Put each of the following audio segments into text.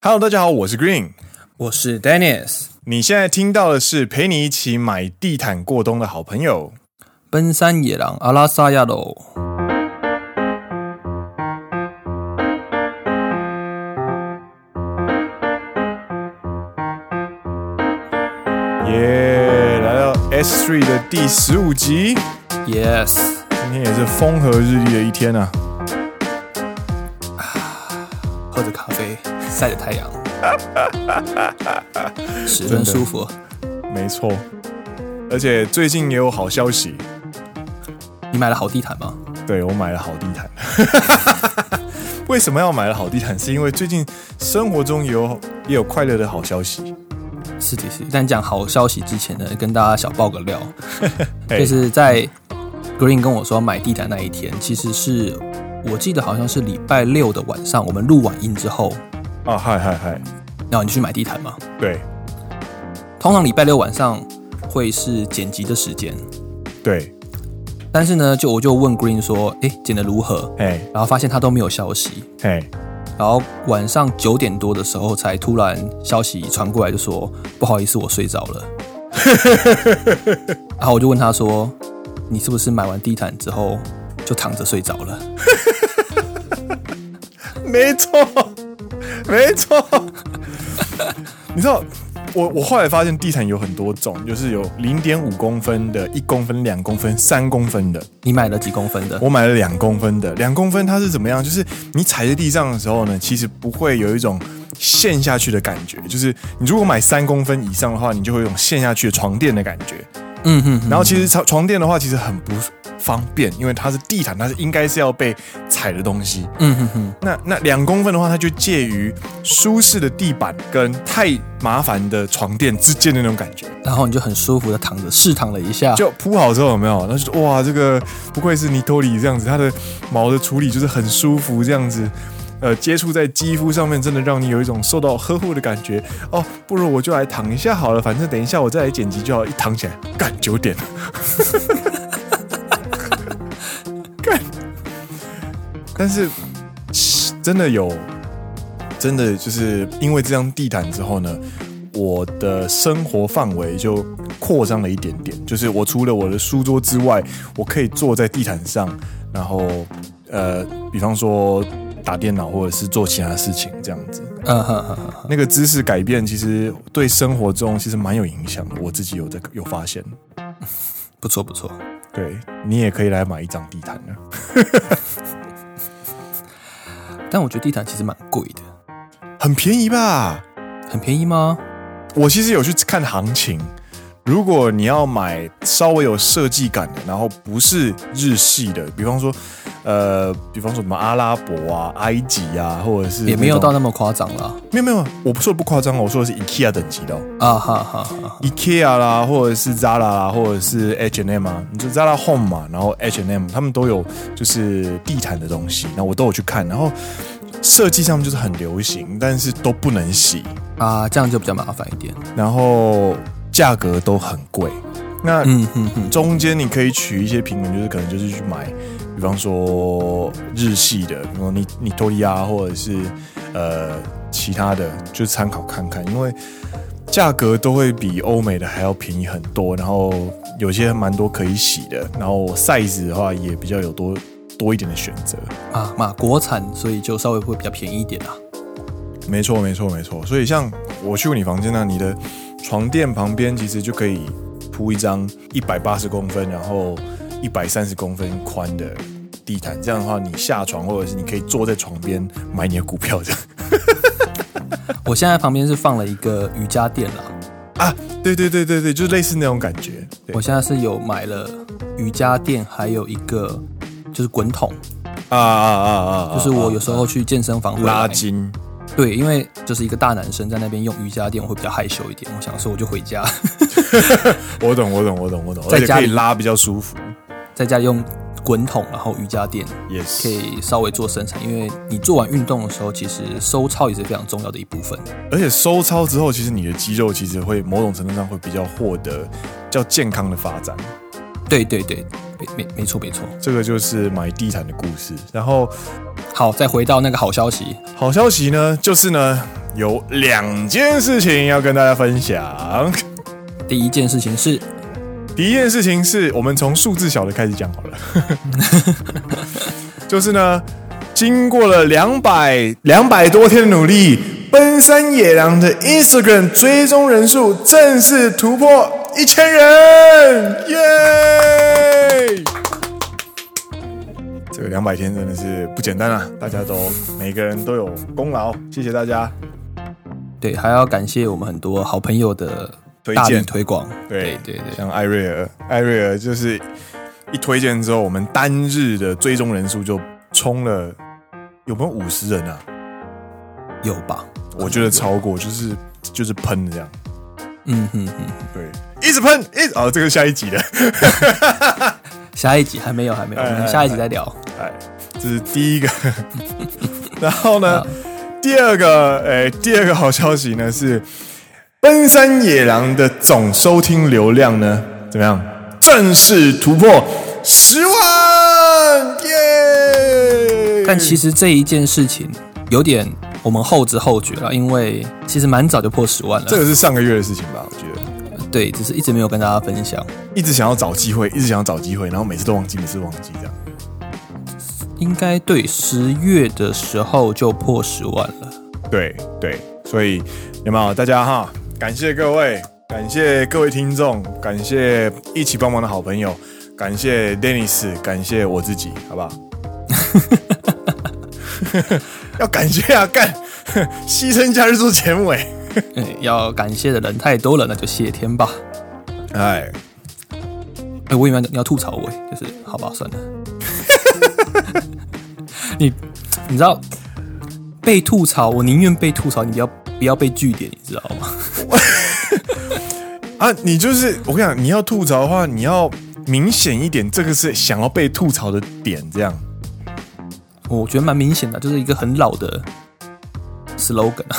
Hello，大家好，我是 Green。我是 Dennis，你现在听到的是陪你一起买地毯过冬的好朋友。奔山野狼阿拉萨亚喽。耶、来到 S Three 的第十五集， Yes，今天也是风和日丽的一天啊。喝着咖啡，晒着太阳，十分舒服。没错，而且最近也有好消息，你买了好地毯吗？对我买了好地毯。 为什么要买了好地毯？是因为最近生活中也有也有快乐的好消息。是的，是的。但讲好消息之前呢，跟大家小爆个料，哎就是在 Green 跟我说买地毯那一天，其实是我记得好像是礼拜六的晚上，我们录完音之后，啊，嗨嗨嗨，然后你去买地毯嘛。对通常礼拜六晚上会是剪辑的时间，对，但是呢，就我就问 Green 说，诶，剪得如何？哎然后发现他都没有消息，哎，然后晚上九点多的时候才突然消息传过来，就说不好意思，我睡着了。 然后我就问他说：“你是不是买完地毯之后就躺着睡着了没错，没错。 你知道，我我后来发现地毯有很多种，就是有零点五公分的、一公分、两公分、三公分的。？”你买了几公分的？我买了两公分的，两公分它是怎么样？就是你踩在地上的时候呢，其实不会有一种陷下去的感觉。就是你如果买三公分以上的话，你就会有一种陷下去的床垫的感觉。嗯哼哼，然后其实床床垫的话，其实很不方便，因为它是地毯，它是应该是要被踩的东西。嗯哼哼，那那两公分的话，它就介于舒适的地板跟太麻烦的床垫之间的那种感觉。然后你就很舒服的躺着试躺了一下，就铺好之后有没有？然后就哇，这个不愧是尼托里这样子，它的毛的处理就是很舒服这样子。呃，接触在肌肤上面，真的让你有一种受到呵护的感觉哦。不如我就来躺一下好了，反正等一下我再来剪辑就好。一躺起来，干九点，干。但是真的有，真的就是因为这张地毯之后呢，我的生活范围就扩张了一点点。就是我除了我的书桌之外，我可以坐在地毯上，然后呃，比方说打电脑或者是做其他事情这样子。嗯哼哼哼，那个姿势改变，其实对生活中其实蛮有影响的。我自己有在有发现，不错不错。对你也可以来买一张地毯的。但我觉得地毯其实蛮贵的，很便宜吧？很便宜吗？我其实有去看行情。如果你要买稍微有设计感的，然后不是日系的，比方说，呃，比方说什么阿拉伯啊、埃及啊，或者是也没有那种到那么夸张啦。没有没有，我不说不夸张哦，我说的是 IKEA 等级的、哦、啊哈哈哈， ，IKEA 啦，或者是 Zara 啦，或者是 H&M 啊，你就 Zara Home 嘛，然后 H&M 他们都有就是地毯的东西，然后我都有去看，然后设计上面就是很流行，但是都不能洗，啊，这样就比较麻烦一点。然后价格都很贵。那嗯哼哼。中间你可以取一些平衡，就是可能就是去买，比方说日系的，比方说尼尼托利亚或者是呃其他的，就参考看看，因为价格都会比欧美的还要便宜很多，然后有些蛮多可以洗的，然后 size 的话也比较有多多一点的选择。啊嘛，国产，所以就稍微会比较便宜一点啦。没错，没错，没错。所以像我去过你房间那，你的床垫旁边其实就可以铺一张一百八十公分，然后一百三十公分宽的地毯。这样的话，你下床或者是你可以坐在床边买你的股票这样。 我现在旁边是放了一个瑜伽垫啦，啊，对对对对对，就是类似那种感觉。对我现在是有买了瑜伽垫，还有一个就是滚筒，啊啊啊啊啊！就是我有时候去健身房回来拉。筋。对，因为就是一个大男生在那边用瑜伽垫，我会比较害羞一点。我想说，我就回家， 我懂，我懂，我懂，我懂。在而且家可以里拉比较舒服。在家用滚筒，然后瑜伽垫 Yes。可以稍微做伸展，因为你做完运动的时候，其实收操也是非常重要的一部分。而且收操之后，其实你的肌肉其实会某种程度上会比较获得较健康的发展。对对对，没没没错没错。这个就是买地毯的故事。然后好，再回到那个好消息，好消息呢，就是呢，有两件事情要跟大家分享。第一件事情是，第一件事情是我们从数字小的开始讲好了， 就是呢，经过了两百两百多天的努力，奔山野狼的 Instagram 追踪人数正式突破一千人，耶、这个两百天真的是不简单啊！大家都每个人都有功劳，谢谢大家。对，还要感谢我们很多好朋友的推大力荐推广。对对对对，像艾瑞尔，艾瑞尔就是一推荐之后，我们单日的追踪人数就冲了，有没有五十人啊？有吧？我觉得超过，就是就是喷这样，嗯哼哼，对，一直喷，一直哦，这个下一集的，下一集还没有，还没有，哎我们下一集再聊。哎，这是第一 个。然后呢，第二个，哎，第二个好消息呢是，《奔山野狼》的总收听流量呢，怎么样？正式突破十万，耶！但其实这一件事情有点我们后知后觉了，因为其实蛮早就破十万了。这个是上个月的事情吧？我觉得对，只是一直没有跟大家分享，一直想要找机会，一直想要找机会，然后每次都忘记，每次忘记这样。应该对十月的时候就破十万了。对对，所以有没有大家哈？感谢各位，感谢各位听众，感谢一起帮忙的好朋友，感谢 Dennis，感谢我自己，好不 好？要感谢啊，干牺牲假日做结尾，嗯，要感谢的人太多了，那就谢天吧。哎，哎、我以为你要吐槽我，就是好吧，算了。 你你知道被吐槽，我宁愿被吐槽，你不要不要被据点，你知道吗？啊，你就是我跟你讲，你要吐槽的话，你要明显一点，这个是想要被吐槽的点，这样。我觉得蛮明显的，就是一个很老的 slogan 啊。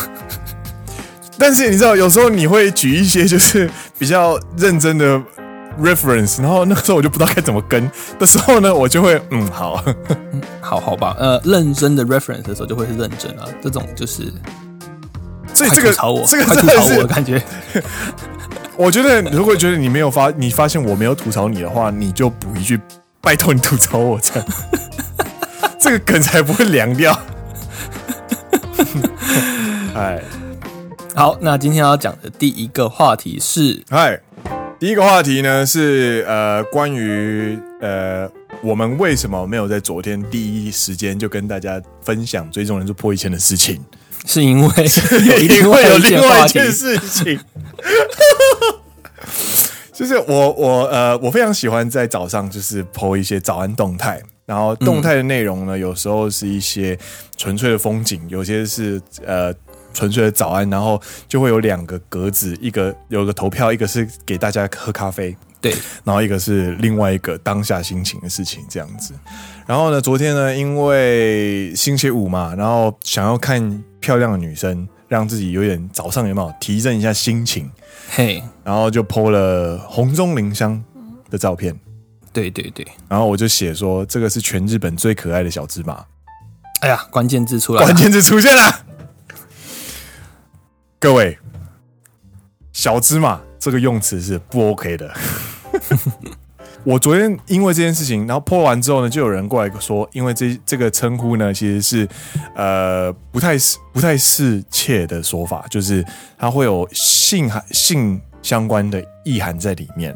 但是你知道，有时候你会举一些就是比较认真的 reference，然后那时候我就不知道该怎么跟的时候呢，我就会嗯好， 好好吧，呃，认真的 reference 的时候就会是认真啊，这种就是所以快哎这吐个槽我，这个快真吐的槽我的是，感觉。我觉得如果觉得你没有发，你发现我没有吐槽你的话，你就补一句拜托你吐槽我这 样，这个梗才不会凉掉。哎好，那今天要讲的第一个话题是嗨，第一个话题呢是呃关于呃我们为什么没有在昨天第一时间就跟大家分享追踪人数破一千的事情，是因为有一因定为会有有另外话一题件事情。 就是我我呃我非常喜欢在早上就是 PO 一些早安动态，然后动态的内容呢，有时候是一些纯粹的风景，有些是呃纯粹的早安，然后就会有两个格子，一个有个投票，一个是给大家喝咖啡，对，然后一个是另外一个当下心情的事情这样子。然后呢，昨天呢，因为星期五嘛，然后想要看漂亮的女生，让自己有点早上有没有提振一下心情，嘿，然后就 PO 了红中绫香的照片，对对对，然后我就写说这个是全日本最可爱的小芝麻，哎呀，关键字出来关了，键字出现了，各位，小芝麻这个用词是不 OK 的。 我昨天因为这件事情，然后破完之后呢，就有人过来说，因为这这个称呼呢，其实是呃不太适不太适切的说法，就是它会有性含性相关的意涵在里面，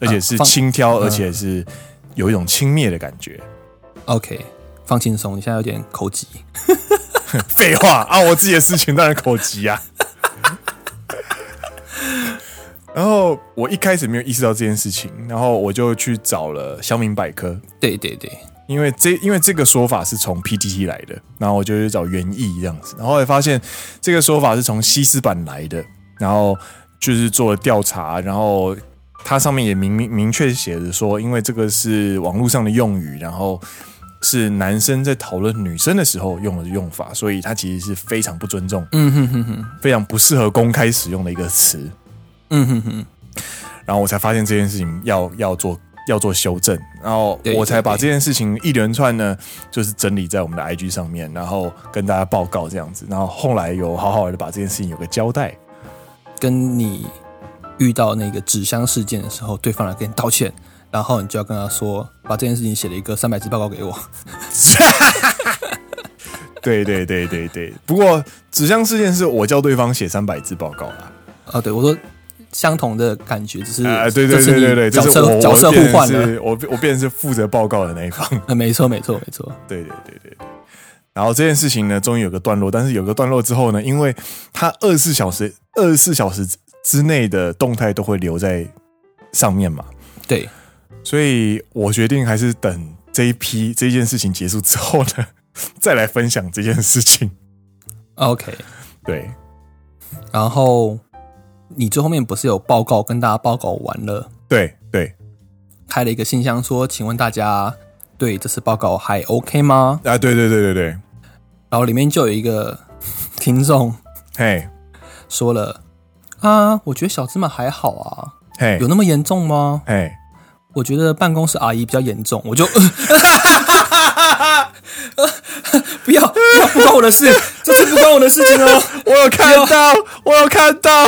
而且是啊放轻佻，嗯而且是有一种轻蔑的感觉。 OK，放轻松，你现在有点口急。废话啊，我自己的事情当然口急啊。 然后我一开始没有意识到这件事情，然后我就去找了《小明百科》，对对对，因为这因为这个说法是从 PTT 来的，然后我就去找原意这样子，然后后来发现这个说法是从西斯版来的，然后就是做了调查，然后它上面也明明明确写着说，因为这个是网络上的用语，然后是男生在讨论女生的时候用的用法，所以它其实是非常不尊重、嗯哼哼哼，非常不适合公开使用的一个词。嗯哼哼，然后我才发现这件事情要要做要做修正，然后对我才把对这件事情一连串呢，就是整理在我们的 IG 上面，然后跟大家报告这样子，然后后来有好好的把这件事情有个交 代。跟你遇到那个纸箱事件的时候，对方来跟你道歉，然后你就要跟他说，把这件事情写了一个三百字报告 给我。对对对对对，不过纸箱事件是我叫对方写三百字报告啦。啊，对我说相同的感觉，只是啊、对对对对对，这就次你是角我色角色我变互成换了。是我我变成是负责报告的那一方。呃 没错，没错，没错。对对对对对。然后这件事情呢，终于有个段落，但是有个段落之后呢，因为它二十四小时二十四小时之内的动态都会留在上面嘛，对，所以我决定还是等这一批这件事情结束之后呢，再来分享这件事情。 OK。对，然后你最后面不是有报告跟大家报告完了，对，对，开了一个信箱说，请问大家对这次报告还 OK 吗？啊，对对对对对，然后里面就有一个 听众嘿，说了啊，我觉得小芝麻还好啊，嘿有，那么严重吗？嘿， 我觉得办公室阿姨比较严重，我就。 不要，不要，不关我的事，这是不关我的事情哦！我有看到，我有看到，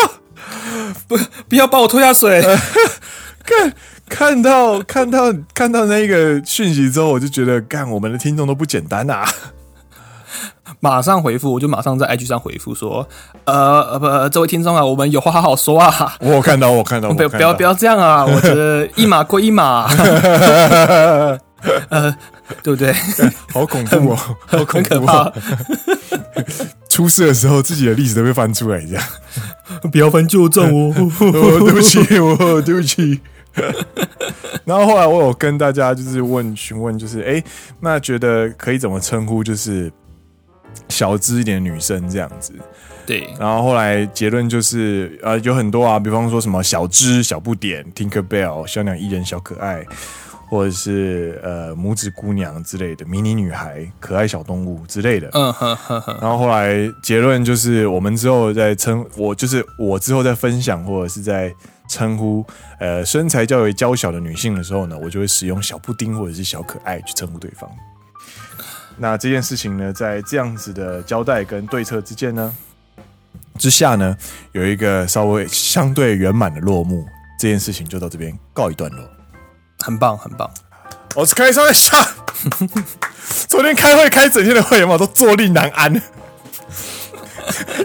不要把我拖下水。哎看看到看到看到那个讯息之后，我就觉得，干，我们的听众都不简单啊。马上回复，我就马上在 IG 上回复说，呃呃不，呃这位听众啊，我们有话好好说啊， 我有看到，我有看到，不要我不要不要这样啊，我觉得一码归 一码，呃要，对不对？好恐怖哦，好恐很 可怖、怕哦。，出事的时候，自己的历史都被翻出来， 这样。不要翻旧账哦。我对不起，我对不起。 然后后来我有跟大家就是问询问，就是哎、诶那觉得可以怎么称呼？就是小资一点的女生这样子。 对，然后后来结论就是，呃，有很多啊，比方说什么小芝、小不点、Tinker Bell、小鸟依人、小可爱，或者是呃拇指姑娘之类的迷你女孩、可爱小动物之类的。嗯哼哼哼，然后后来结论就是，我们之后再称我，就是我之后再分享或者是在称呼呃身材较为娇小的女性的时候呢，我就会使用小布丁或者是小可爱去称呼对方。那这件事情呢，在这样子的交代跟对策之间呢，之下呢，有一个稍微相对圆满的落幕，这件事情就到这边告一段落。很棒很棒。我是开稍微下， 昨天开会开整天的会，有没有都坐立难安？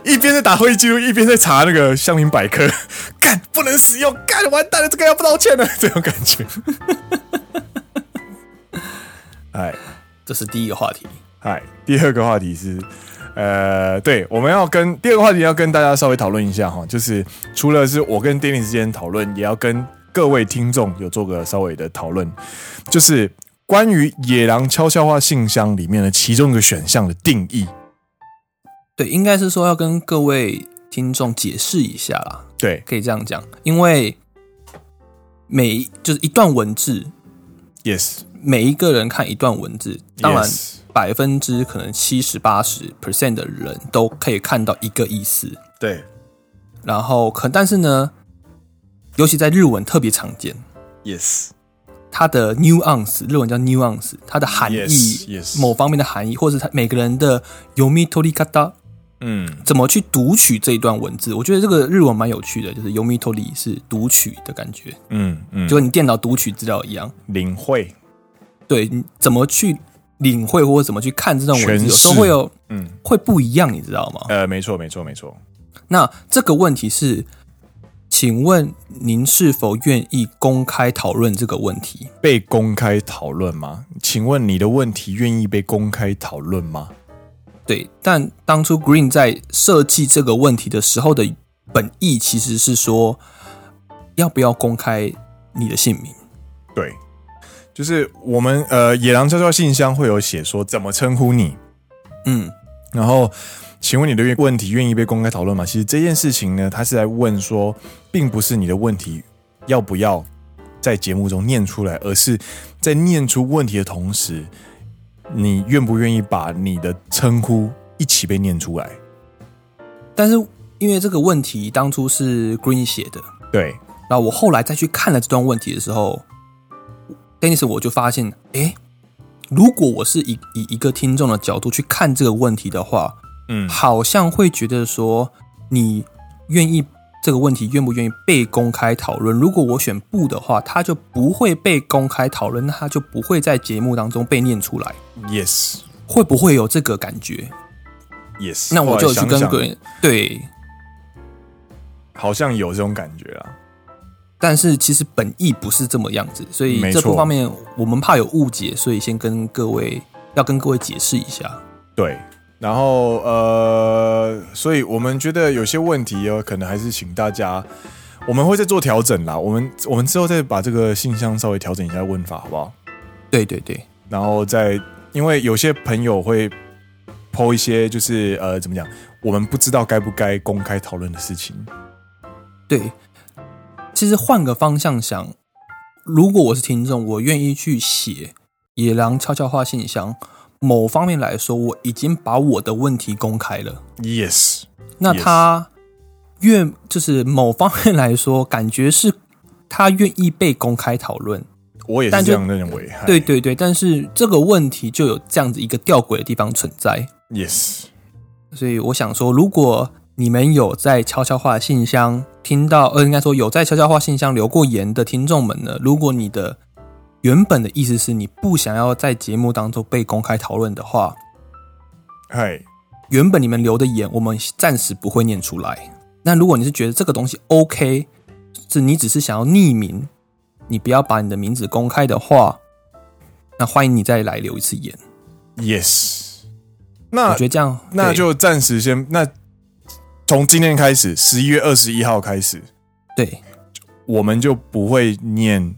一边在打会议记录，一边在查那个乡民百科，干不能使用，干完蛋了，这个要不道歉了，这种感觉。 哎这是第一个话题，嗨，哎第二个话题是，呃，对，我们要跟第二个话题要跟大家稍微讨论一下哈，就是除了是我跟 Danny 之间讨论，也要跟各位听众有做个稍微的讨论，就是关于野狼悄悄话信箱里面的其中一个选项的定义。对，应该是说要跟各位听众解释一下啦，对，可以这样讲，因为每就是一段文字， yes，每一个人看一段文字，当然 Yes 百分之可能七十八十 percent 的人都可以看到一个意思，对然后可但是呢，尤其在日文特别常见， ，yes，它的 nuance 日文叫 nuance，它的含义 Yes，yes 某方面的含义，或者是它每个人的 yomi tori kata 嗯，怎么去读取这一段文字，我觉得这个日文蛮有趣的，就是 yomi tori 是读取的感觉，嗯嗯就，跟你电脑读取资料一样。领会，对，你怎么去领会或者怎么去看这段文字，诠释有时候会有嗯，会不一样，你知道吗？呃，没错，没错，没错，那这个问题是，请问您是否愿意公开讨论这个问题？被公开讨论吗？请问你的问题愿意被公开讨论吗？对，但当初 Green 在设计这个问题的时候的本意其实是说，要不要公开你的姓名？对，就是我们呃，野狼悄悄信箱会有写说怎么称呼你，嗯，然后请问你的问题愿意被公开讨论吗？其实这件事情呢，他是在问说，并不是你的问题要不要在节目中念出来，而是在念出问题的同时，你愿不愿意把你的称呼一起被念出来？但是因为这个问题当初是 Green 写的，对，那我后来再去看了这段问题的时候， Dennis，我就发现，诶，如果我是以以一个听众的角度去看这个问题的话，嗯好像会觉得说，你愿意这个问题愿不愿意被公开讨论？如果我选不的话，它就不会被公开讨论，那它就不会在节目当中被念出来。 ，yes 会不会有这个感觉？ yes，那我就有去想跟想鬼对，好像有这种感觉啦。但是其实本意不是这么样子，所以没这错部方面我们怕有误解，所以先跟各位要跟各位解释一下。对，然后呃，所以我们觉得有些问题哦，可能还是请大家，我们会再做调整啦。我们我们之后再把这个信箱稍微调整一下问法，好不好？对对对，然后再，因为有些朋友会抛一些就是呃怎么讲，我们不知道该不该公开讨论的事情。对，其实换个方向想，如果我是听众，我愿意去写野狼悄悄话信箱。某方面来说，我已经把我的问题公开了。 Yes，那 Yes 他愿就是某方面来说，感觉是他愿意被公开讨论。我也但是就这样认为。嗨对对对，但是这个问题就有这样子一个吊诡的地方存在。 ，Yes，所以我想说，如果你们有在悄悄话信箱听到，呃，应该说有在悄悄话信箱留过言的听众们呢，如果你的原本的意思是你不想要在节目当中被公开讨论的话，嗨，原本你们留的言，我们暂时不会念出来。那如果你是觉得这个东西 OK，是你只是想要匿名，你不要把你的名字公开的话，那欢迎你再来留一次言。 Yes，我那觉得这样，那对就暂时先那从今天开始，十一月二十一号开始，对我们就不会念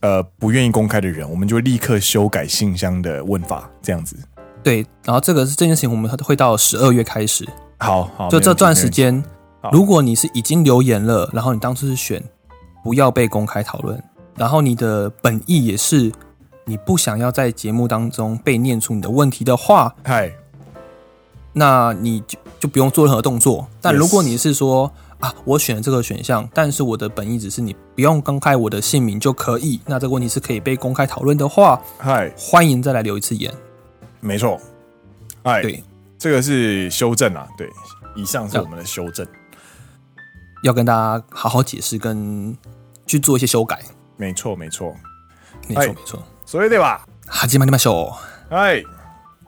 呃不愿意公开的人，我们就立刻修改信箱的问法，这样子。对。然后这个是这件事情，我们会到十二月开始，好好，就哦没这问题段时，间好，如果你是已经留言了，然后你当初是选不要被公开讨论，然后你的本意也是你不想要在节目当中被念出你的问题的话，没问题嗨，那你就就不用做任何动作。但 Yes 如果你是说啊，我选了这个选项，但是我的本意只是你不用公开我的姓名就可以，那这个问题是可以被公开讨论的话，嗨，欢迎再来留一次言。没错，嗨，对，这个是修正啊，对，以上是我们的修正，要跟大家好好解释跟去做一些修改。没错没错，没错哎没错，所以对吧？哈基玛尼玛秀。嗨，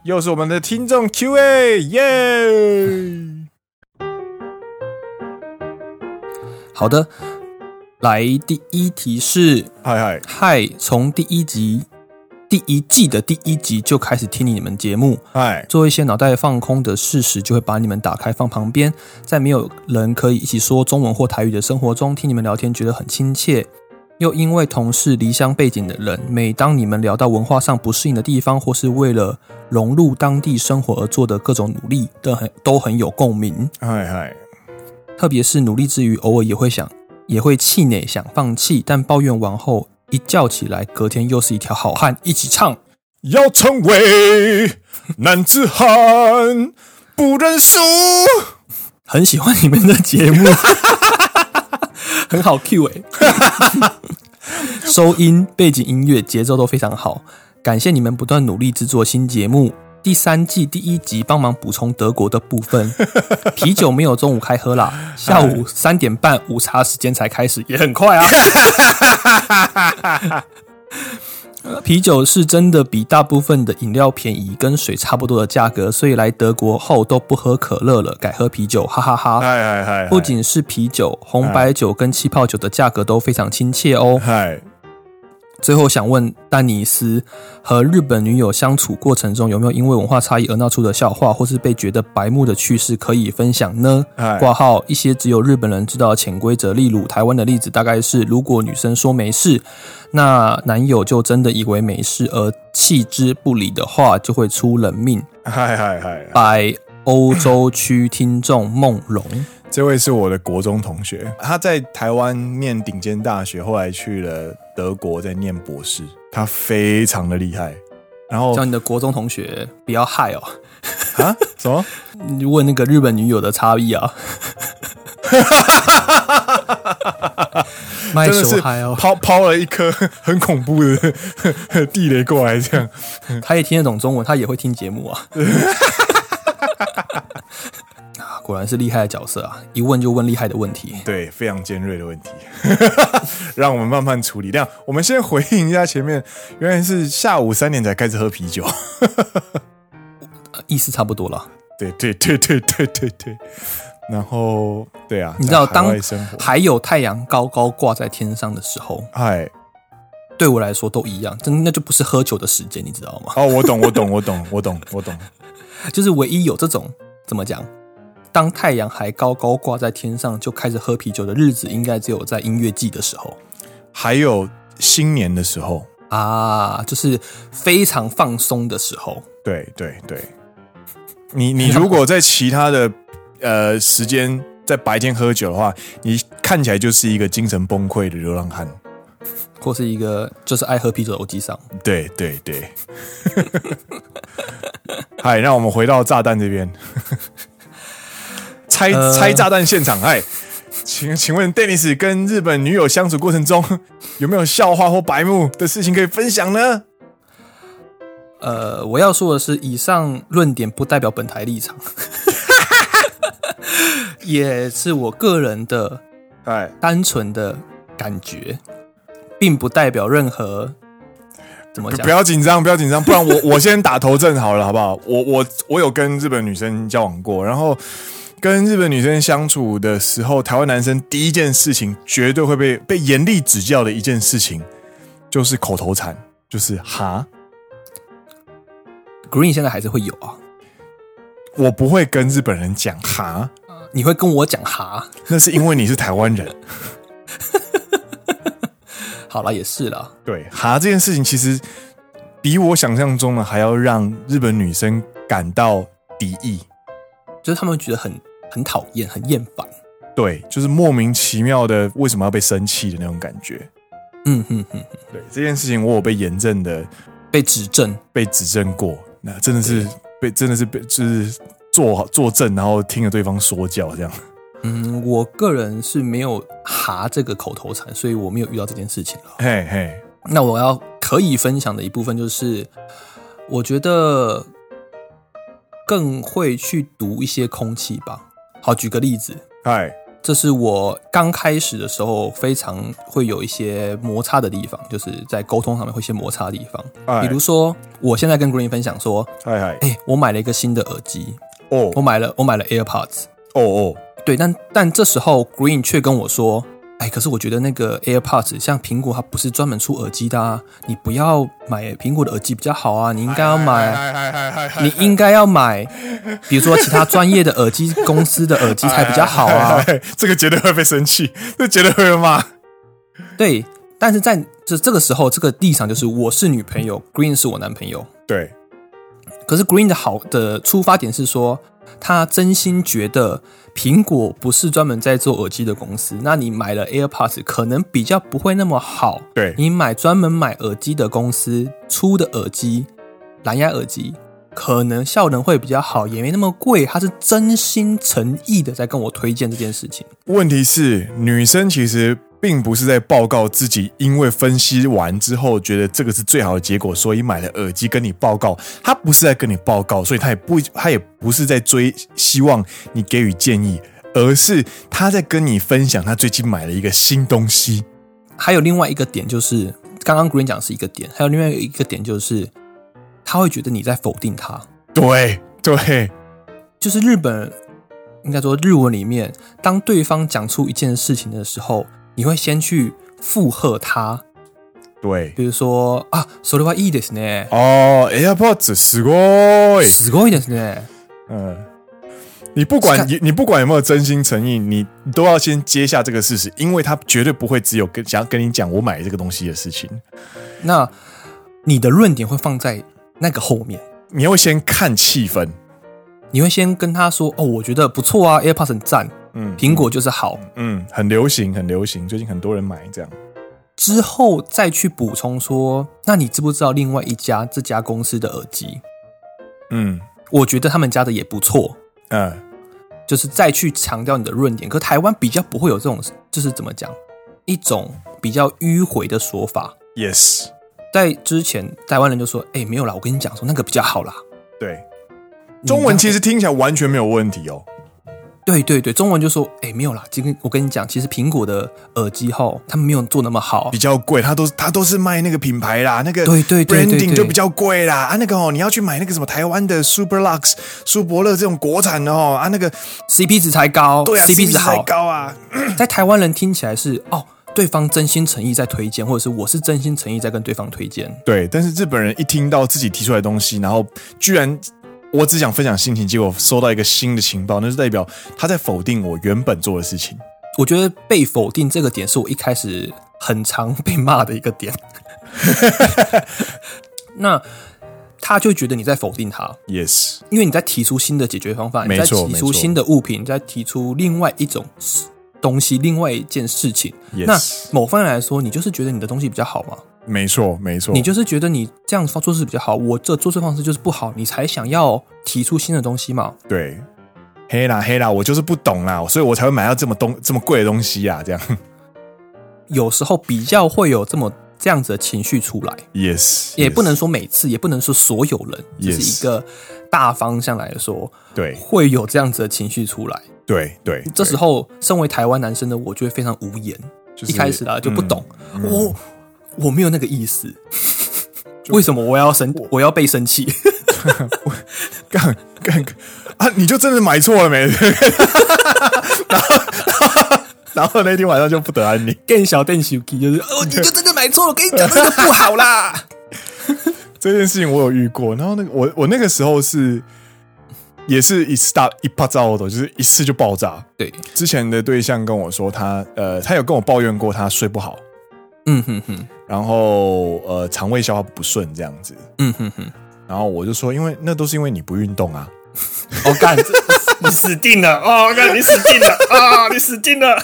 又是我们的听众 Q&A，耶！好的，来第一题是嗨嗨，嗨，从第一集第一季的第一集就开始听你们节目，嗨，做一些脑袋放空的事实，就会把你们打开放旁边，在没有人可以一起说中文或台语的生活中，听你们聊天觉得很亲切。又因为同是离乡背景的人，每当你们聊到文化上不适应的地方，或是为了融入当地生活而做的各种努力，都很都很有共鸣。嗨 嗨，特别是努力之余，偶尔也会想，也会气馁，想放弃，但抱怨完后一觉起来，隔天又是一条好汉，一起唱。要成为男子汉，不认输。很喜欢你们的节目，很好 Q 哎、 收音、背景音乐、节奏都非常好，感谢你们不断努力制作新节目。第三季第一集帮忙补充德国的部分，啤酒没有中午开喝啦，下午三点半午茶时间才开始，也很快啊。 呃啤酒是真的比大部分的饮料便宜，跟水差不多的价格，所以来德国后都不喝可乐了，改喝啤酒，哈哈哈嗨嗨嗨，不仅是啤酒、红白酒跟气泡酒的价格都非常亲切哦。嗨，最后想问丹尼斯，和日本女友相处过程中有没有因为文化差异而闹出的笑话，或是被觉得白目的趣事可以分享呢？嗨挂号一些只有日本人知道的潜规则，例如台湾的例子大概是，如果女生说没事，那男友就真的以为没事而弃之不理的话，就会出人命。嗨嗨嗨，拜欧洲区听众梦龙，这位是我的国中同学，他在台湾念顶尖大学，后来去了德国，在念博士，他非常的厉害。然后叫你的国中同学不要害哦。 啊，什么？你问那个日本女友的差异啊， 卖真的手是嗨哦，抛抛了一颗很恐怖的地雷过来，这样他也听得懂中文，他也会听节目 啊。啊果然是厉害的角色啊！一问就问厉害的问题。对，非常尖锐的问题， 让我们慢慢处理。这样，我们先回应一下前面，原来是下午三点才开始喝啤酒。呃意思差不多了。对对对对对对对。然后，对啊，你知道，在海当外生活，还有太阳高高挂在天上的时候，嗨，对我来说都一样，真那就不是喝酒的时间，你知道吗？哦，我懂，我懂，我懂，我懂，我懂。就是唯一有这种怎么讲，当太阳还高高挂在天上就开始喝啤酒的日子，应该只有在音乐季的时候还有新年的时候，啊，就是非常放松的时候。对对对，你你如果在其他的呃时间在白天喝酒的话，你看起来就是一个精神崩溃的流浪汉。或是一个就是爱喝啤酒的欧吉桑，对对对，嗨，让我们回到炸弹这边，拆呃拆炸弹现场。嗨、请请问 Dennis 跟日本女友相处过程中有没有笑话或白目的事情可以分享呢？呃，我要说的是，以上论点不代表本台立场， 也是我个人的哎，单纯的感觉，并不代表任何怎么不讲不。要紧张，不要紧张，不然我我先打头阵好了，好不好？我我我有跟日本女生交往过，然后跟日本女生相处的时候，台湾男生第一件事情绝对会被被严厉指教的一件事情，就是口头禅，就是哈， Green 现在还是会有啊，我不会跟日本人讲哈，你会跟我讲哈？那是因为你是台湾人。好了，也是啦。对哈这件事情，其实比我想象中的还要让日本女生感到敌意。就是他们觉得很很讨厌、很厌烦。对，就是莫名其妙的为什么要被生气的那种感觉。嗯哼哼，对这件事情，我有被严正的被指正，被指正过，那真的是被真的是被就是坐好坐正，然后听着对方说教 这样。嗯，我个人是没有“哈”这个口头禅，所以我没有遇到这件事情了。嘿嘿，那我要可以分享的一部分就是，我觉得更会去读一些空气吧。好，举个例子，嗨，这是我刚开始的时候非常会有一些摩擦的地方，就是在沟通上面会有一些摩擦的地方。哎比如说，我现在跟 Green 分享说，嗨嗨，哎、我买了一个新的耳机，哦我买了我买了 AirPods，哦哦，对，但但这时候 Green 却跟我说，哎，可是我觉得那个 AirPods 像苹果它不是专门出耳机的啊，你不要买苹果的耳机比较好啊，你应该 要买。嗨嗨嗨嗨，你应该要买，比如说其他专业的耳机公司的耳机才比较好啊。嗨， 这个绝对会被生气，这绝对会被骂。对，但是在这这个时候，这个立场就是我是女朋友，Green 是我男朋友。对，可是 Green 的好的出发点是说，他真心觉得苹果不是专门在做耳机的公司，那你买了 AirPods 可能比较不会那么好。对你买专门买耳机的公司出的耳机，蓝牙耳机。可能效能会比较好，也没那么贵。他是真心诚意的在跟我推荐这件事情。问题是女生其实。并不是在报告自己，因为分析完之后觉得这个是最好的结果，所以买了耳机跟你报告。她不是在跟你报告，所以她也不，她也不是在追希望你给予建议，而是她在跟你分享她最近买了一个新东西。还有另外一个点就是，刚刚 Green 讲是一个点，还有另外一个点就是，他会觉得你在否定他。对对，就是日本，应该说日文里面，当对方讲出一件事情的时候，你会先去附和他，对比如说啊，それはいいですね，哦，AirPods すごい。すごいですね。嗯，你不管看你你不管有没有真心诚意，你你都要先接下这个事实，因为他绝对不会只有跟想要跟你讲我买这个东西的事情，那你的论点会放在那个后面，你要先看气氛。你会先跟他说哦，我觉得不错啊，AirPods 很赞，嗯苹果就是好，嗯，很流行，很流行，最近很多人买这样。之后再去补充说，那你知不知道另外一家这家公司的耳机？嗯我觉得他们家的也不错，嗯，就是再去强调你的论点。可台湾比较不会有这种，就是怎么讲，一种比较迂回的说法。 Yes，在之前，台湾人就说：“哎、没有啦，我跟你讲说那个比较好啦。对，”你中文这其样实听起来完全没有问题哦。对对对，中文就说：“哎、没有啦，今天我跟你讲，其实苹果的耳机号他们没有做那么好比。较贵，它都它都是卖那个品牌啦，那个对对对对 branding 对就比较贵啦啊，那个哦，你要去买那个什么台湾的 Superlux、舒伯乐这种国产的哦啊，那个 CP 值才高，对啊 c p 值太好。高啊，在台湾人听起来是哦，对方真心诚意在推荐，或者是我是真心诚意在跟对方推荐。对，但是日本人一听到自己提出来的东西，然后居然我只想分享心情，结果收到一个新的情报，那就代表他在否定我原本做的事情。我觉得被否定这个点是我一开始很常被骂的一个 点。那他就觉得你在否定他， Yes，因为你在提出新的解决方法，你没在错提没出错新的物品，你在提出另外一种东西，另外一件事情。 Yes 那某方面来说，你就是觉得你的东西比较好嘛？没错没错，你就是觉得你这样做事比较好，我这做事方式就是不好，你才想要提出新的东西嘛？对。黑啦黑啦，我就是不懂啦，所以我才会买到这么东这么贵的东西啊，这样。 有时候比较会有这么这样子的情绪出来， Yes，也 yes，不能说每次，也不能说所有人，这 Yes 是一个大方向来说，对会有这样子的情绪出来。对对，这对时候，身为台湾男生的我，就会非常无言。就是一开始啦啊就不懂，嗯嗯我我没有那个意思，为什么我要生我要被生气？嗯干干 啊！你就真的买错了没？ 然后然后 那天晚上就不得安宁。更小更小气就是哦，你就真的买错了，我跟你讲，真的不好啦。这件事情我有遇过，然后那个我我那个时候是也是一次大一爆炸的，就是一次就爆炸。 对，之前的对象跟我说他呃，他有跟我抱怨过他睡不好，嗯哼哼，然后呃肠胃消化不顺这样子，嗯哼哼，然后我就说，因为那都是因为你不运动啊。我、哦、干，这 你死定了！哦，我干，你死定了！啊，你死定了！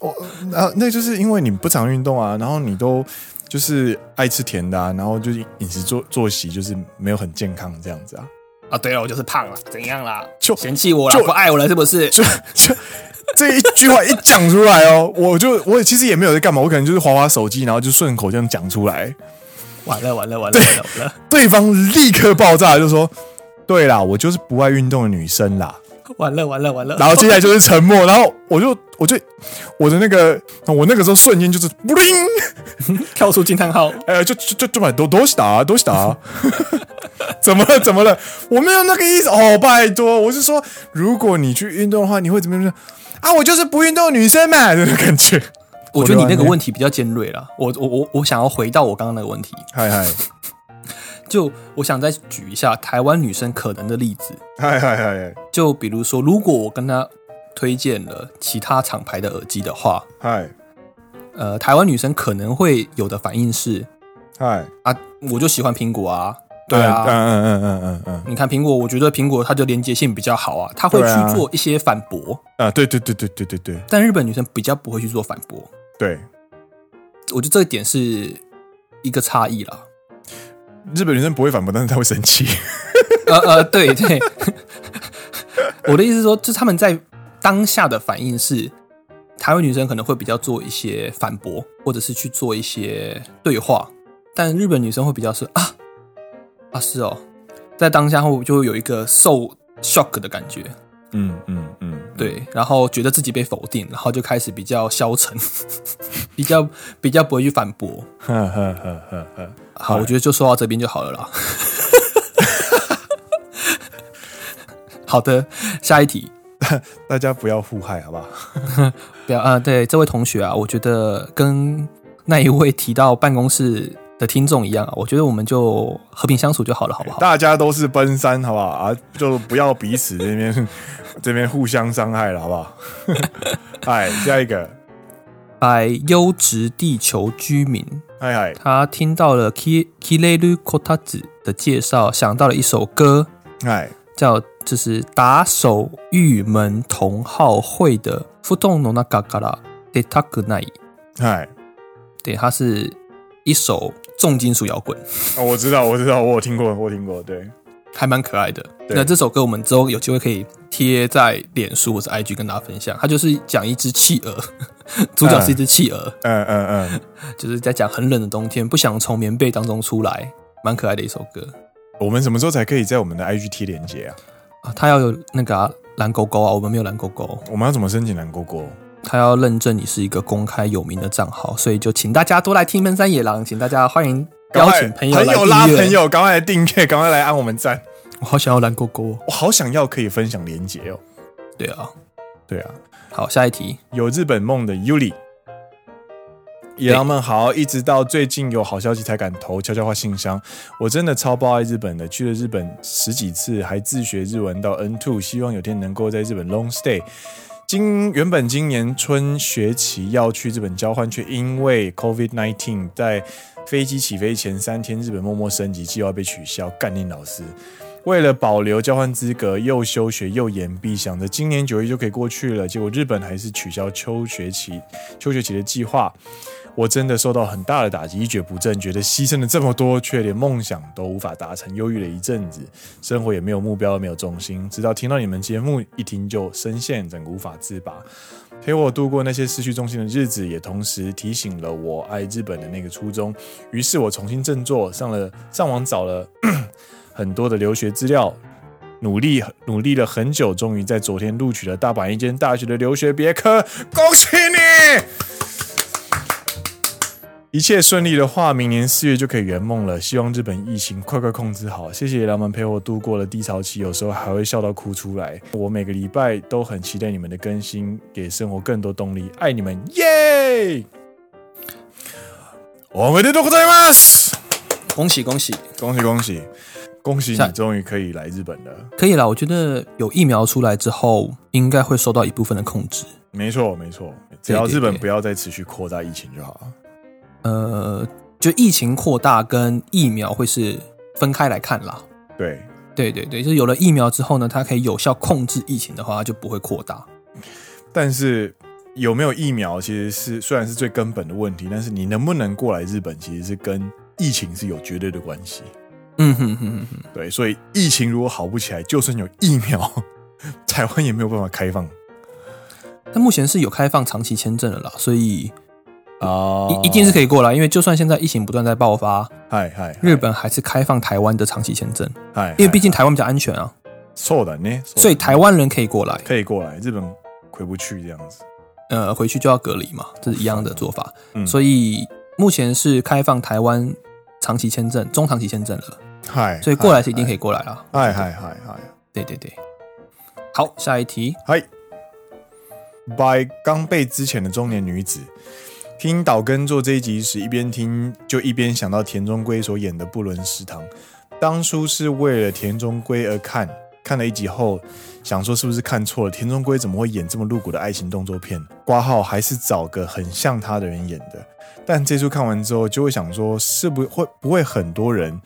哦，那那就是因为你不常运动啊，然后你都就是爱吃甜的啊，然后就是饮食作作息就是没有很健康这样子啊，啊，对了，我就是胖了，怎样啦？就嫌弃我了，就不爱我了，是不是？就 就这一句话一讲出来哦，我就我也其实也没有在干嘛，我可能就是划划手机，然后就顺口这样讲出来，完了，完了，完了，完了，完了，对方立刻爆炸，就说：“对啦，我就是不爱运动的女生啦。”完了，完了，完了。然后接下来就是沉默，然后我就我就我的那个我那个时候瞬间就是不灵。跳出惊叹号，呃，就就就就买多多西达多西达，啊 怎么了怎么了？我没有那个意思哦，拜托，我是说，如果你去运动的话，你会怎么样？啊，我就是不运动的女生嘛， 这种感觉。我觉得你我那就个完了问题比较尖锐了。我我我我想要回到我刚刚那个问题，嗨嗨就我想再举一下台湾女生可能的例子，嗨嗨嗨就比如说，如果我跟她推荐了其他厂牌的耳机的话，嗨呃，台湾女生可能会有的反应是嗨，啊，我就喜欢苹果啊，对啊，嗯嗯嗯嗯嗯嗯你看苹果，我觉得苹果它的连接性比较好啊，它会对啊去做一些反驳，嗯，啊，对对对对对对对但日本女生比较不会去做反驳，对，我觉得这个点是一个差异啦。日本女生不会反驳，但是她会生 气。呃呃，对对， 我的意思是说，就是他们在当下的反应是，台湾女生可能会比较做一些反驳，或者是去做一些对话，但日本女生会比较是啊啊是哦，在当下后就会有一个受 shock 的感觉，嗯嗯嗯，对，然后觉得自己被否定，然后就开始比较消沉， 比较比较不会去反驳。呵呵呵呵呵，好，我觉得就说到这边就好了啦。 好的，下一题，大家不要互害，好不好？不要啊、呃对这位同学啊，我觉得跟那一位提到办公室的听众一样啊，我觉得我们就和平相处就好了，好不好？大家都是奔三，好不好啊？就不要彼此这边这边互相伤害了，好不好？ 嗨，下一个，百优质地球居民嗨嗨，他听到了 Ki Kileru Kotazu 的介绍，想到了一首歌，嗨，叫就是打手玉门同好会的布动诺那嘎嘎啦 d e t a k n a i 嗨，对，它是一首重金属摇滚。哦，我知道，我知道，我有听过，我有听过，对，还蛮可爱的。对那这首歌我们之后有机会可以贴在脸书或是 IG 跟大家分享。它就是讲一只企鹅， 主角是一只企鹅，嗯嗯嗯，就是在讲很冷的冬天，不想从棉被当中出来，蛮可爱的一首歌我们什么时候才可以在我们的 IGT 连接啊？啊。它要有那个、啊、蓝勾勾啊，我们没有蓝勾勾，我们要怎么申请蓝勾勾？它要认证你是一个公开有名的账号，所以就请大家多来听《闷山野狼》，请大家欢迎赶邀快请朋友来朋友订拉阅朋，友，赶快来订阅，赶快来按我们赞。我好想要蓝勾勾哦。我好想要可以分享连结哦。对啊，对啊，好，下一题。有日本梦的 Yuli，野狼们好，一直到最近有好消息才敢投悄悄话信箱。我真的超爆爱日本的，去了日本十几次，还自学日文到 N two，希望有天能够在日本 long stay。今原本今年春学期要去日本交换，却因为 COVID nineteen 在飞机起飞前三天，日本默默升级计划被取消。干练老师，为了保留交换资格，又休学又延毕，想着今年九月就可以过去了，结果日本还是取消秋学期秋学期的计划。我真的受到很大的打击，一蹶不振，觉得牺牲了这么多，却连梦想都无法达成，忧郁了一阵子，生活也没有目标，没有重心。直到听到你们节目，一听就深陷，整个无法自拔，陪我度过那些失去重心的日子，也同时提醒了我爱日本的那个初衷。于是我重新振作，上了上网找了很多的留学资料，努力努力了很久，终于在昨天录取了大阪一间大学的留学别科，恭喜你！一切顺利的话，明年四月就可以圆梦了。希望日本疫情快快控制好。谢谢狼们陪我度过了低潮期，有时候还会笑到哭出来。我每个礼拜都很期待你们的更新，给生活更多动力。爱你们，耶！おめでとうございます！恭喜恭喜！恭喜恭喜恭喜下你终于可以来日本了。可以啦，我觉得有疫苗出来之后，应该会受到一部分的控制。没错没错，只要对对日本对不要再持续扩大疫情就好了。呃，就疫情扩大跟疫苗会是分开来看啦。对，对对对，就是有了疫苗之后呢，它可以有效控制疫情的话，它就不会扩大。但是有没有疫苗其实是虽然是最根本的问题，但是你能不能过来日本其实是跟疫情是有绝对的关系。嗯哼哼哼哼，对，所以疫情如果好不起来，就算有疫苗， 台湾也没有办法开放但目前是有开放长期签证了啦，所以啊一一定是可以过来，因为就算现在疫情不断在爆发，嗨嗨，日本还是开放台湾的长期签证，嗨，因为毕竟台湾比较安全啊，错的呢，所以台湾人可以过来，可以过来，日本回不去这样子。呃，回去就要隔离嘛，这是一样的做法。嗯所以目前是开放台湾长期签证、中长期签证了，嗨，所以过来是一定可以。以过来啦。嗨嗨嗨嗨。对对对。好，下一题。嗨，by 刚被之前的中年女子。听岛根做这一集时，一边听就一边想到田中圭所演的《不伦食堂》，当初是为了田中圭而看，看了一集后想说是不是看错了，田中圭怎么会演这么露骨的爱情动作片？挂号还是找个很像他的人演的。但这出看完之后，就会想说，是不会不会很多人，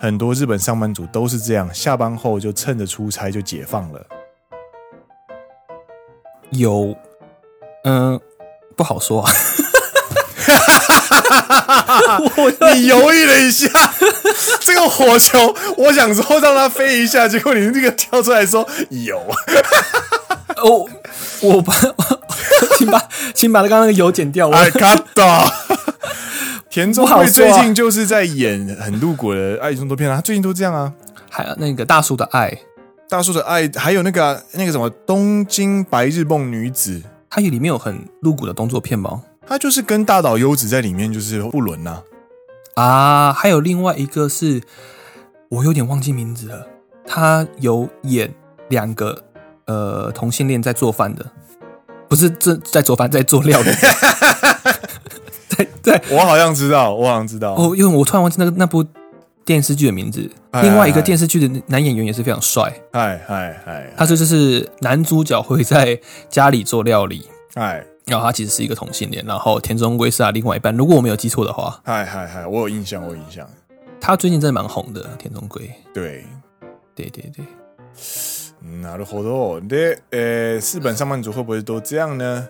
很多日本上班族都是这样，下班后就趁着出差就解放了。有，嗯、不好说、啊。你犹豫了一下，这个火球，我想说让它飞一下，结果你这个跳出来说有，哦，我把，请把，请把刚刚那个油剪掉。我哎，卡到。田中不好惠说啊最近就是在演很露骨的爱情动作片啊，他最近都这样啊。还有那个大叔的爱，大叔的爱，还有那个啊、那个什么东京白日梦女子，它里面有很露骨的动作片吗？她就是跟大岛优子在里面就是不伦呐、啊，还有另外一个是，我有点忘记名字了，他有演两个呃同性恋在做饭的，不是这在做饭，在做料 理，在在我好像知道，我好像知道。哦，因为我突然忘记那个那部电视剧的名字，哎另外一哎个哎电视剧的男演员也是非常帅，嗨嗨嗨他这就是男主角会在家里做料理。嗨然后他其实是一个同性恋，然后田中圭是他另外一半。如果我没有记错的话，嗨嗨嗨，我有印象，我有印象。他最近真的蛮红的。田中圭，对，对对对，なるほど。で、哦呃，日本上班族会不会都这样呢？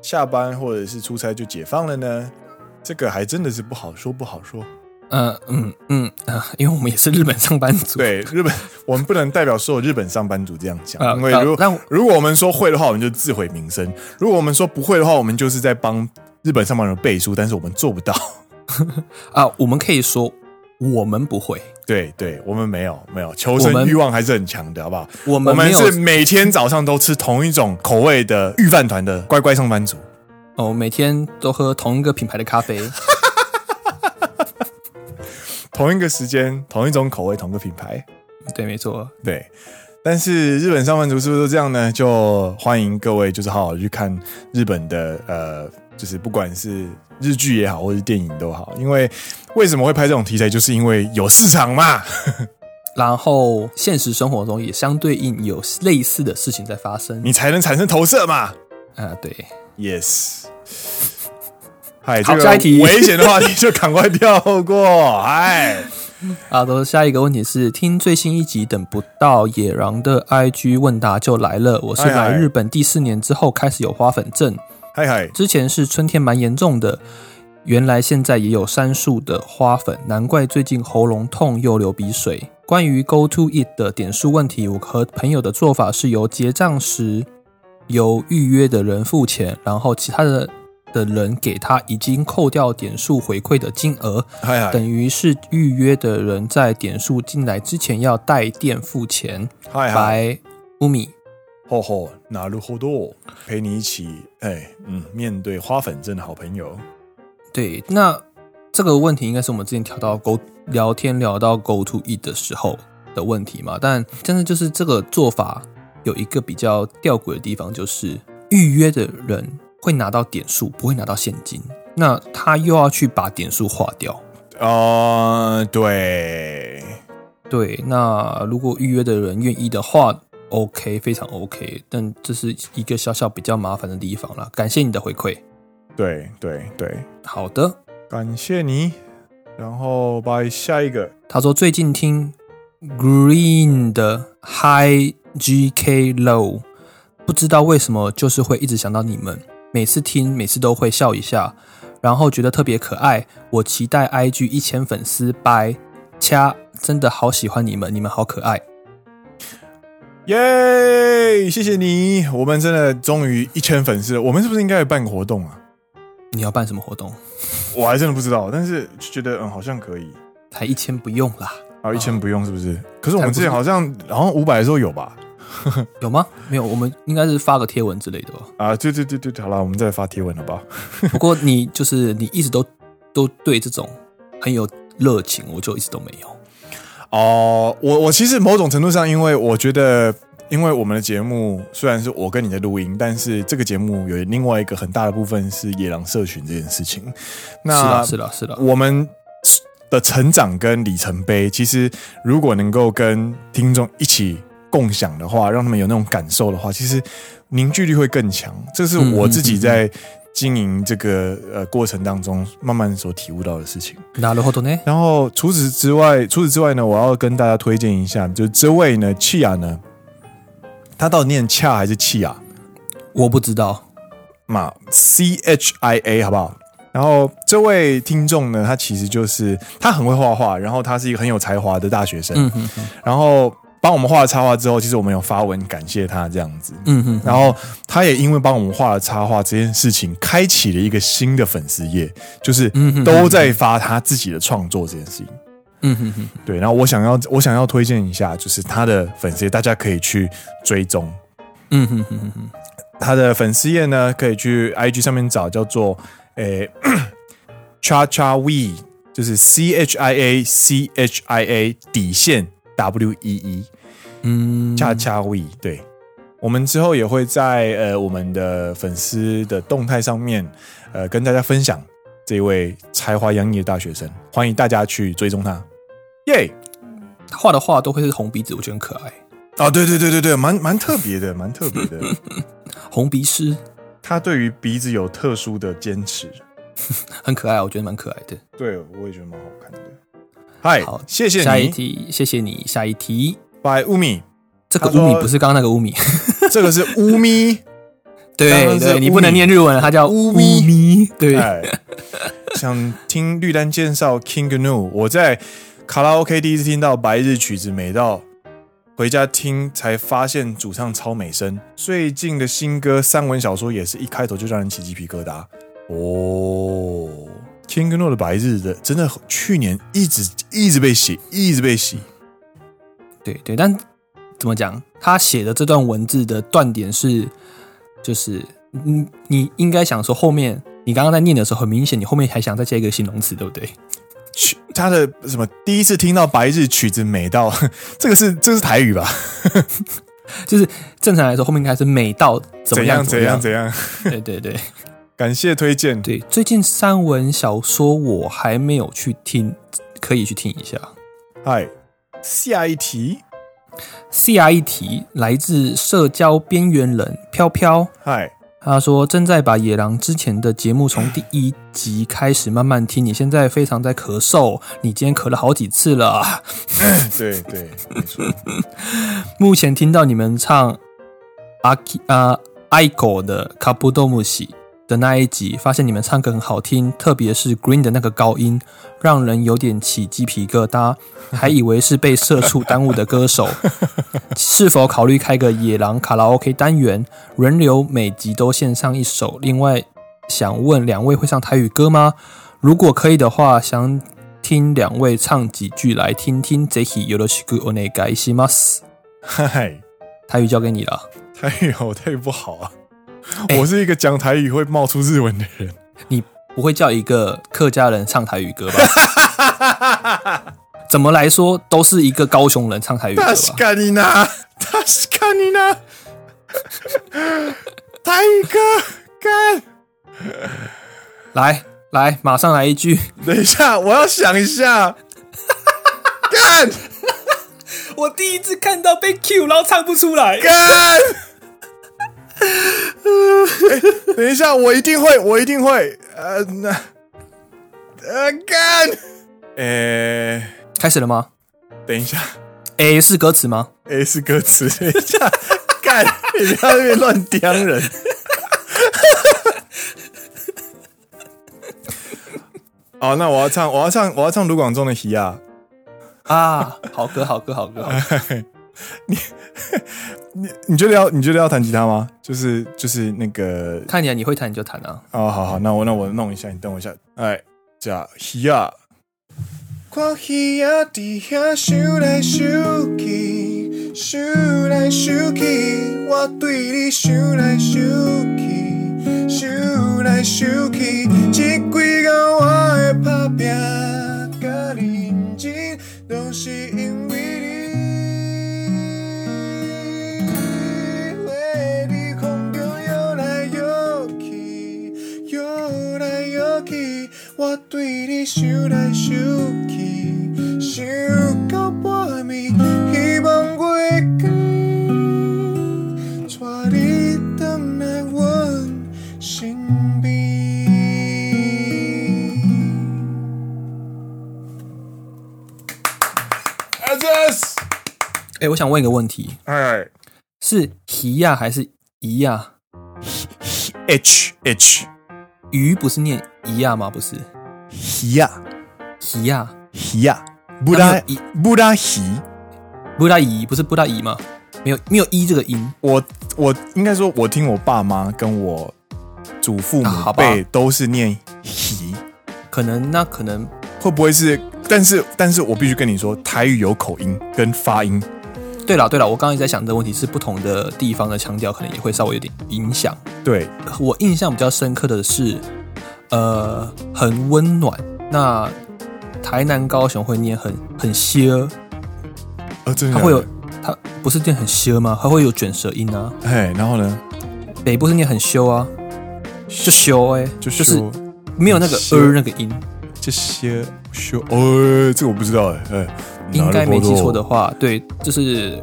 下班或者是出差就解放了呢？这个还真的是不好说，不好说。呃，嗯嗯、呃，因为我们也是日本上班族，对日本，我们不能代表所有日本上班族这样讲，呃，因为呃如果但我如果我们说会的话，我们就自毁名声；如果我们说不会的话，我们就是在帮日本上班族背书，但是我们做不到。啊、我们可以说我们不会，对对，我们没有没有，求我生们欲望还是很强的，好不好？我我们没们有是每天早上都吃同一种口味的御饭团的乖乖上班族。哦，每天都喝同一个品牌的咖 啡，同一个时间、同一种口味、同个品牌，对，没错，对。但是日本上班族是不是都这样呢？就欢迎各位就是好好去看日本的呃，就是不管是日剧也好，或是电影都好，因为为什么会拍这种题材，就是因为有市场嘛。 然后现实生活中也相对应有类似的事情在发生。你才能产生投射嘛。啊，对， Yes。嗨，好这个下一题危险的话题就赶快跳过。哎，好的，下一个问题啊是听最新一集等不到野狼的 IG 问答就来了。我是哎哎来日本第四年之后开始有花粉症，嗨嗨，之前是春天蛮严重的，原来现在也有杉树的花粉，难怪最近喉咙痛又流鼻水。关于 Go to Eat 的点数问题，我和朋友的做法是由结账时由预约的人付钱，然后其他的的人给他已经扣掉点数回馈的金额，嗨嗨，等于是预约的人在点数进来之前要带电付钱。嗨嗨，白乌米，吼吼，哪路哦好多，陪你一起，哎，嗯，面对花粉症的好朋友。对，那这个问题应该是我们之前聊到 Go 聊天聊到 Go to Eat 的时候的问题嘛。但真的就是这个做法有一个比较吊诡的地方，就是预约的人会拿到点数，不会拿到现金。那他又要去把点数划掉。呃，对，对，那如果预约的人愿意的话，OK，非常 OK。但这是一个小小比较麻烦的地方啦。感谢你的回馈。对，对，对，好的，感谢你。然后把下一个他说最近听 Green 的 High GK Low，不知道为什么就是会一直想到你们，每次听每次都会笑一下，然后觉得特别可爱。我期待 IG 一千粉丝拜掐，真的好喜欢你们，你们好可爱。耶谢谢你，我们真的终于一千粉丝了。我们是不是应该有办个活动啊？你要办什么活动？我还真的不知道，但是就觉得嗯，好像可以。才一千不用啦，啊，一千不用是不是？可是我们才啊不是之前好像好像五百的时候有吧？有吗？没有，我们应该是发个贴文之类的吧。啊，对对对对，好了，我们再发贴文好不好？不过你就是你一直都都对这种很有热情，我就一直都没有。哦，我我其实某种程度上，因为我觉得，因为我们的节目虽然是我跟你在录音，但是这个节目有另外一个很大的部分是野狼社群这件事情。是那啦，是啦，是啦。我们的成长跟里程碑，其实如果能够跟听众一起共享的话，让他们有那种感受的话，其实凝聚力会更强。这是我自嗯己在经营这个呃过程当中慢慢所体悟到的事情。なるほどね。然后除此之外，除此之外呢，我要跟大家推荐一下，就是这位呢，契亚呢，他到底念恰还是契亚？我不知道，嘛，C H I A 好不好？然后这位听众呢，他其实就是他很会画画，然后他是一个很有才华的大学生，嗯哼哼，然后帮我们画了插画之后，其实我们有发文感谢他这样子。嗯哼哼，然后他也因为帮我们画了插画这件事情，开启了一个新的粉丝页，就是嗯哼都在发他自己的创作这件事情。嗯哼哼，对，然后我想要我想要推荐一下，就是他的粉丝页，大家可以去追踪。嗯哼哼哼哼，他的粉丝页呢，可以去 IG 上面找，叫做诶 Cha Cha We，就是 C H I A C H I A 底线 W E E 嗯， Cha Cha We。对，我们之后也会在呃我们的粉丝的动态上面，呃跟大家分享这位才华洋溢的大学生，欢迎大家去追踪他，耶、他画的画都会是红鼻子，我觉得很可爱。啊，对对对对对，蛮蛮特别的，蛮特别的。红鼻师他对于鼻子有特殊的坚持，很可爱，我觉得蛮可爱的。对我也觉得蛮好看的。嗨好，谢谢下一你。题，谢谢你。下一题，拜乌米，这个他说乌米不是刚刚那个 乌米，这个是乌咪，刚对刚是对，你乌米不能念日文，它叫乌米咪对，哎，想听绿丹介绍 King Gnu，我在卡拉 OK 第一次听到白日曲子美到回家听才发现主唱超美声。最近的新歌《三文小说》也是一开头就让人起鸡皮疙瘩哦。King Gnu 的白日的真的去年一直一直被洗，一直被洗。对对，但怎么讲？他写的这段文字的断点是，就是你你应该想说后面，你刚刚在念的时候，很明显你后面还想再加一个形容词，对不对？曲他的什么？第一次听到白日曲子美到， 这个是这个是台语吧？就是正常来说，后面应该是美到怎么怎样样怎样样怎样？对对对感谢推荐。 对，最近三文小说我还没有去听，可以去听一下。嗨，下一题。 CR 一题来自社交边缘人飘飘，嗨，他说正在把野狼之前的节目从第一集开始慢慢听，你现在非常在咳嗽，你今天咳了好几次了。对对，没错。目前听到你们唱阿基啊爱狗的卡布多姆西的那一集，发现你们唱歌很好听，特别是 Green 的那个高音，让人有点起鸡皮疙瘩，还以为是被社畜耽误的歌手。是否考虑开个野狼卡拉 OK 单元，轮流每集都献上一首？另外，想问两位会唱台语歌吗？如果可以的话，想听两位唱几句来听听。ぜひよろしくお願いします。嗨，台语交给你了。台语好，台语不好啊。哎我是一个讲台语会冒出日文的人。不会叫一个客家人唱台语歌吧？ 怎么来说都是一个高雄人唱台语歌吧？確かにな。確かにな。台语歌，干！来来，马上来一句，等一下，我要想一下。干我第一次看到被 Q，然后唱不出来。干！哎等一下，我一定会，我一定会。呃，那呃，干！呃，开始了吗等一下。 ？A 是歌词吗？ A 是歌词，等一下， 干，你不要在那边乱刁人。 好，那我要唱，我要唱，我要唱卢广仲的《喜啊啊，好歌，好歌，好歌。好歌》。你你觉得要你觉得要弹吉他吗？就是就是那个看起来你会弹你就弹啊。哦，好好，那我那我弄一下，你等我一下。哎，加鱼啊！看鱼啊，伫遐想来想去，想来想去，我对你想来想去，想来想去，这几天我的打拼甲认真，拢是因为你。为你空中摇来摇去，摇来摇去，我对你想来想去，想到半暝，希望月光带你回来阮身边。阿杰，哎、我想问一个问题，哎是皮呀还是一呀？ ，H H，鱼不是念一呀吗？不是呀。皮呀，鱼啊呀，布拉那没有布拉鱼，布拉姨不是布拉姨吗？没有没有一这个音。我我应该说，我听我爸妈跟我祖父母啊好吧辈都是念鱼，可能那可能会不会是？但是但是我必须跟你说，台语有口音跟发音，对了对了，我刚刚一直在想这个问题，是不同的地方的腔调可能也会稍微有点影响。对，我印象比较深刻的是，呃，很温暖。那台南、高雄会念很很歇儿，呃，真的它假的会有它不是念很歇儿吗？它会有卷舌音啊。嘿，然后呢，北部是念很羞啊，就羞哎、就就是是没有那个羞呃那个音。这些修哦，这个我不知道哎，哎，应该没记错的哦なるほ话，对，就是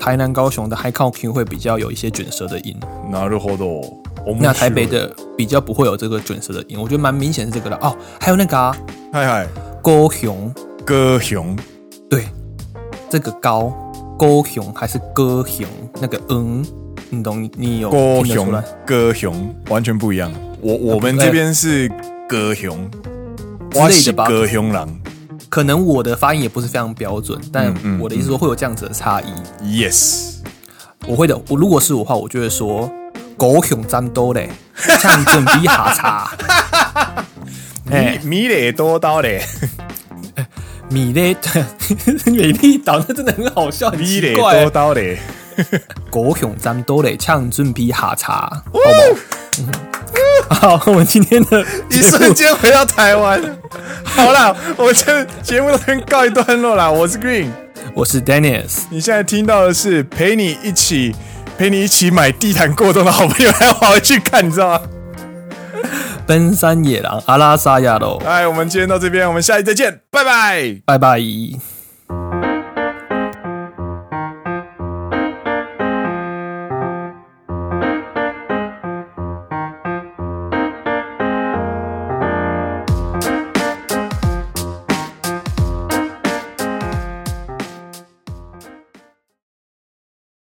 台南、高雄的 High Count Q 会比较有一些卷舌的音。ど，なるほど。面白い那台北，的比较不会有这个准舌的音，我觉得蛮明显是这个的哦。还有那个啊，嗨嗨，高雄，高雄，对，这个高高雄还是歌雄那个嗯，你懂你你有高听得出雄来？，高雄，完全不一样。我我们这边是高雄，之类的吧。歌凶狼可能我的发音也不是非常标准，但嗯嗯我的意思说会有这样子的差异。 ，yes，我会的，我如果是我的话，我就会说狗熊战斗嘞，像准比哈叉， 米米得多刀嘞，米勒 美丽岛，那真的很好笑，很米奇得怪多。刀嘞，狗熊战斗嘞，像准比哈叉，好不好？嗯好，我们今天的一瞬间回到台湾。 好啦，我这节目都先告一段落啦。我是 Green，我是 Dennis，你现在听到的是陪你一起陪你一起买地毯过冬的好朋友，还要跑回去看，你知道吗？奔山野狼阿拉萨亚喽，哎，我们今天到这边，我们下期再见，拜拜。拜拜。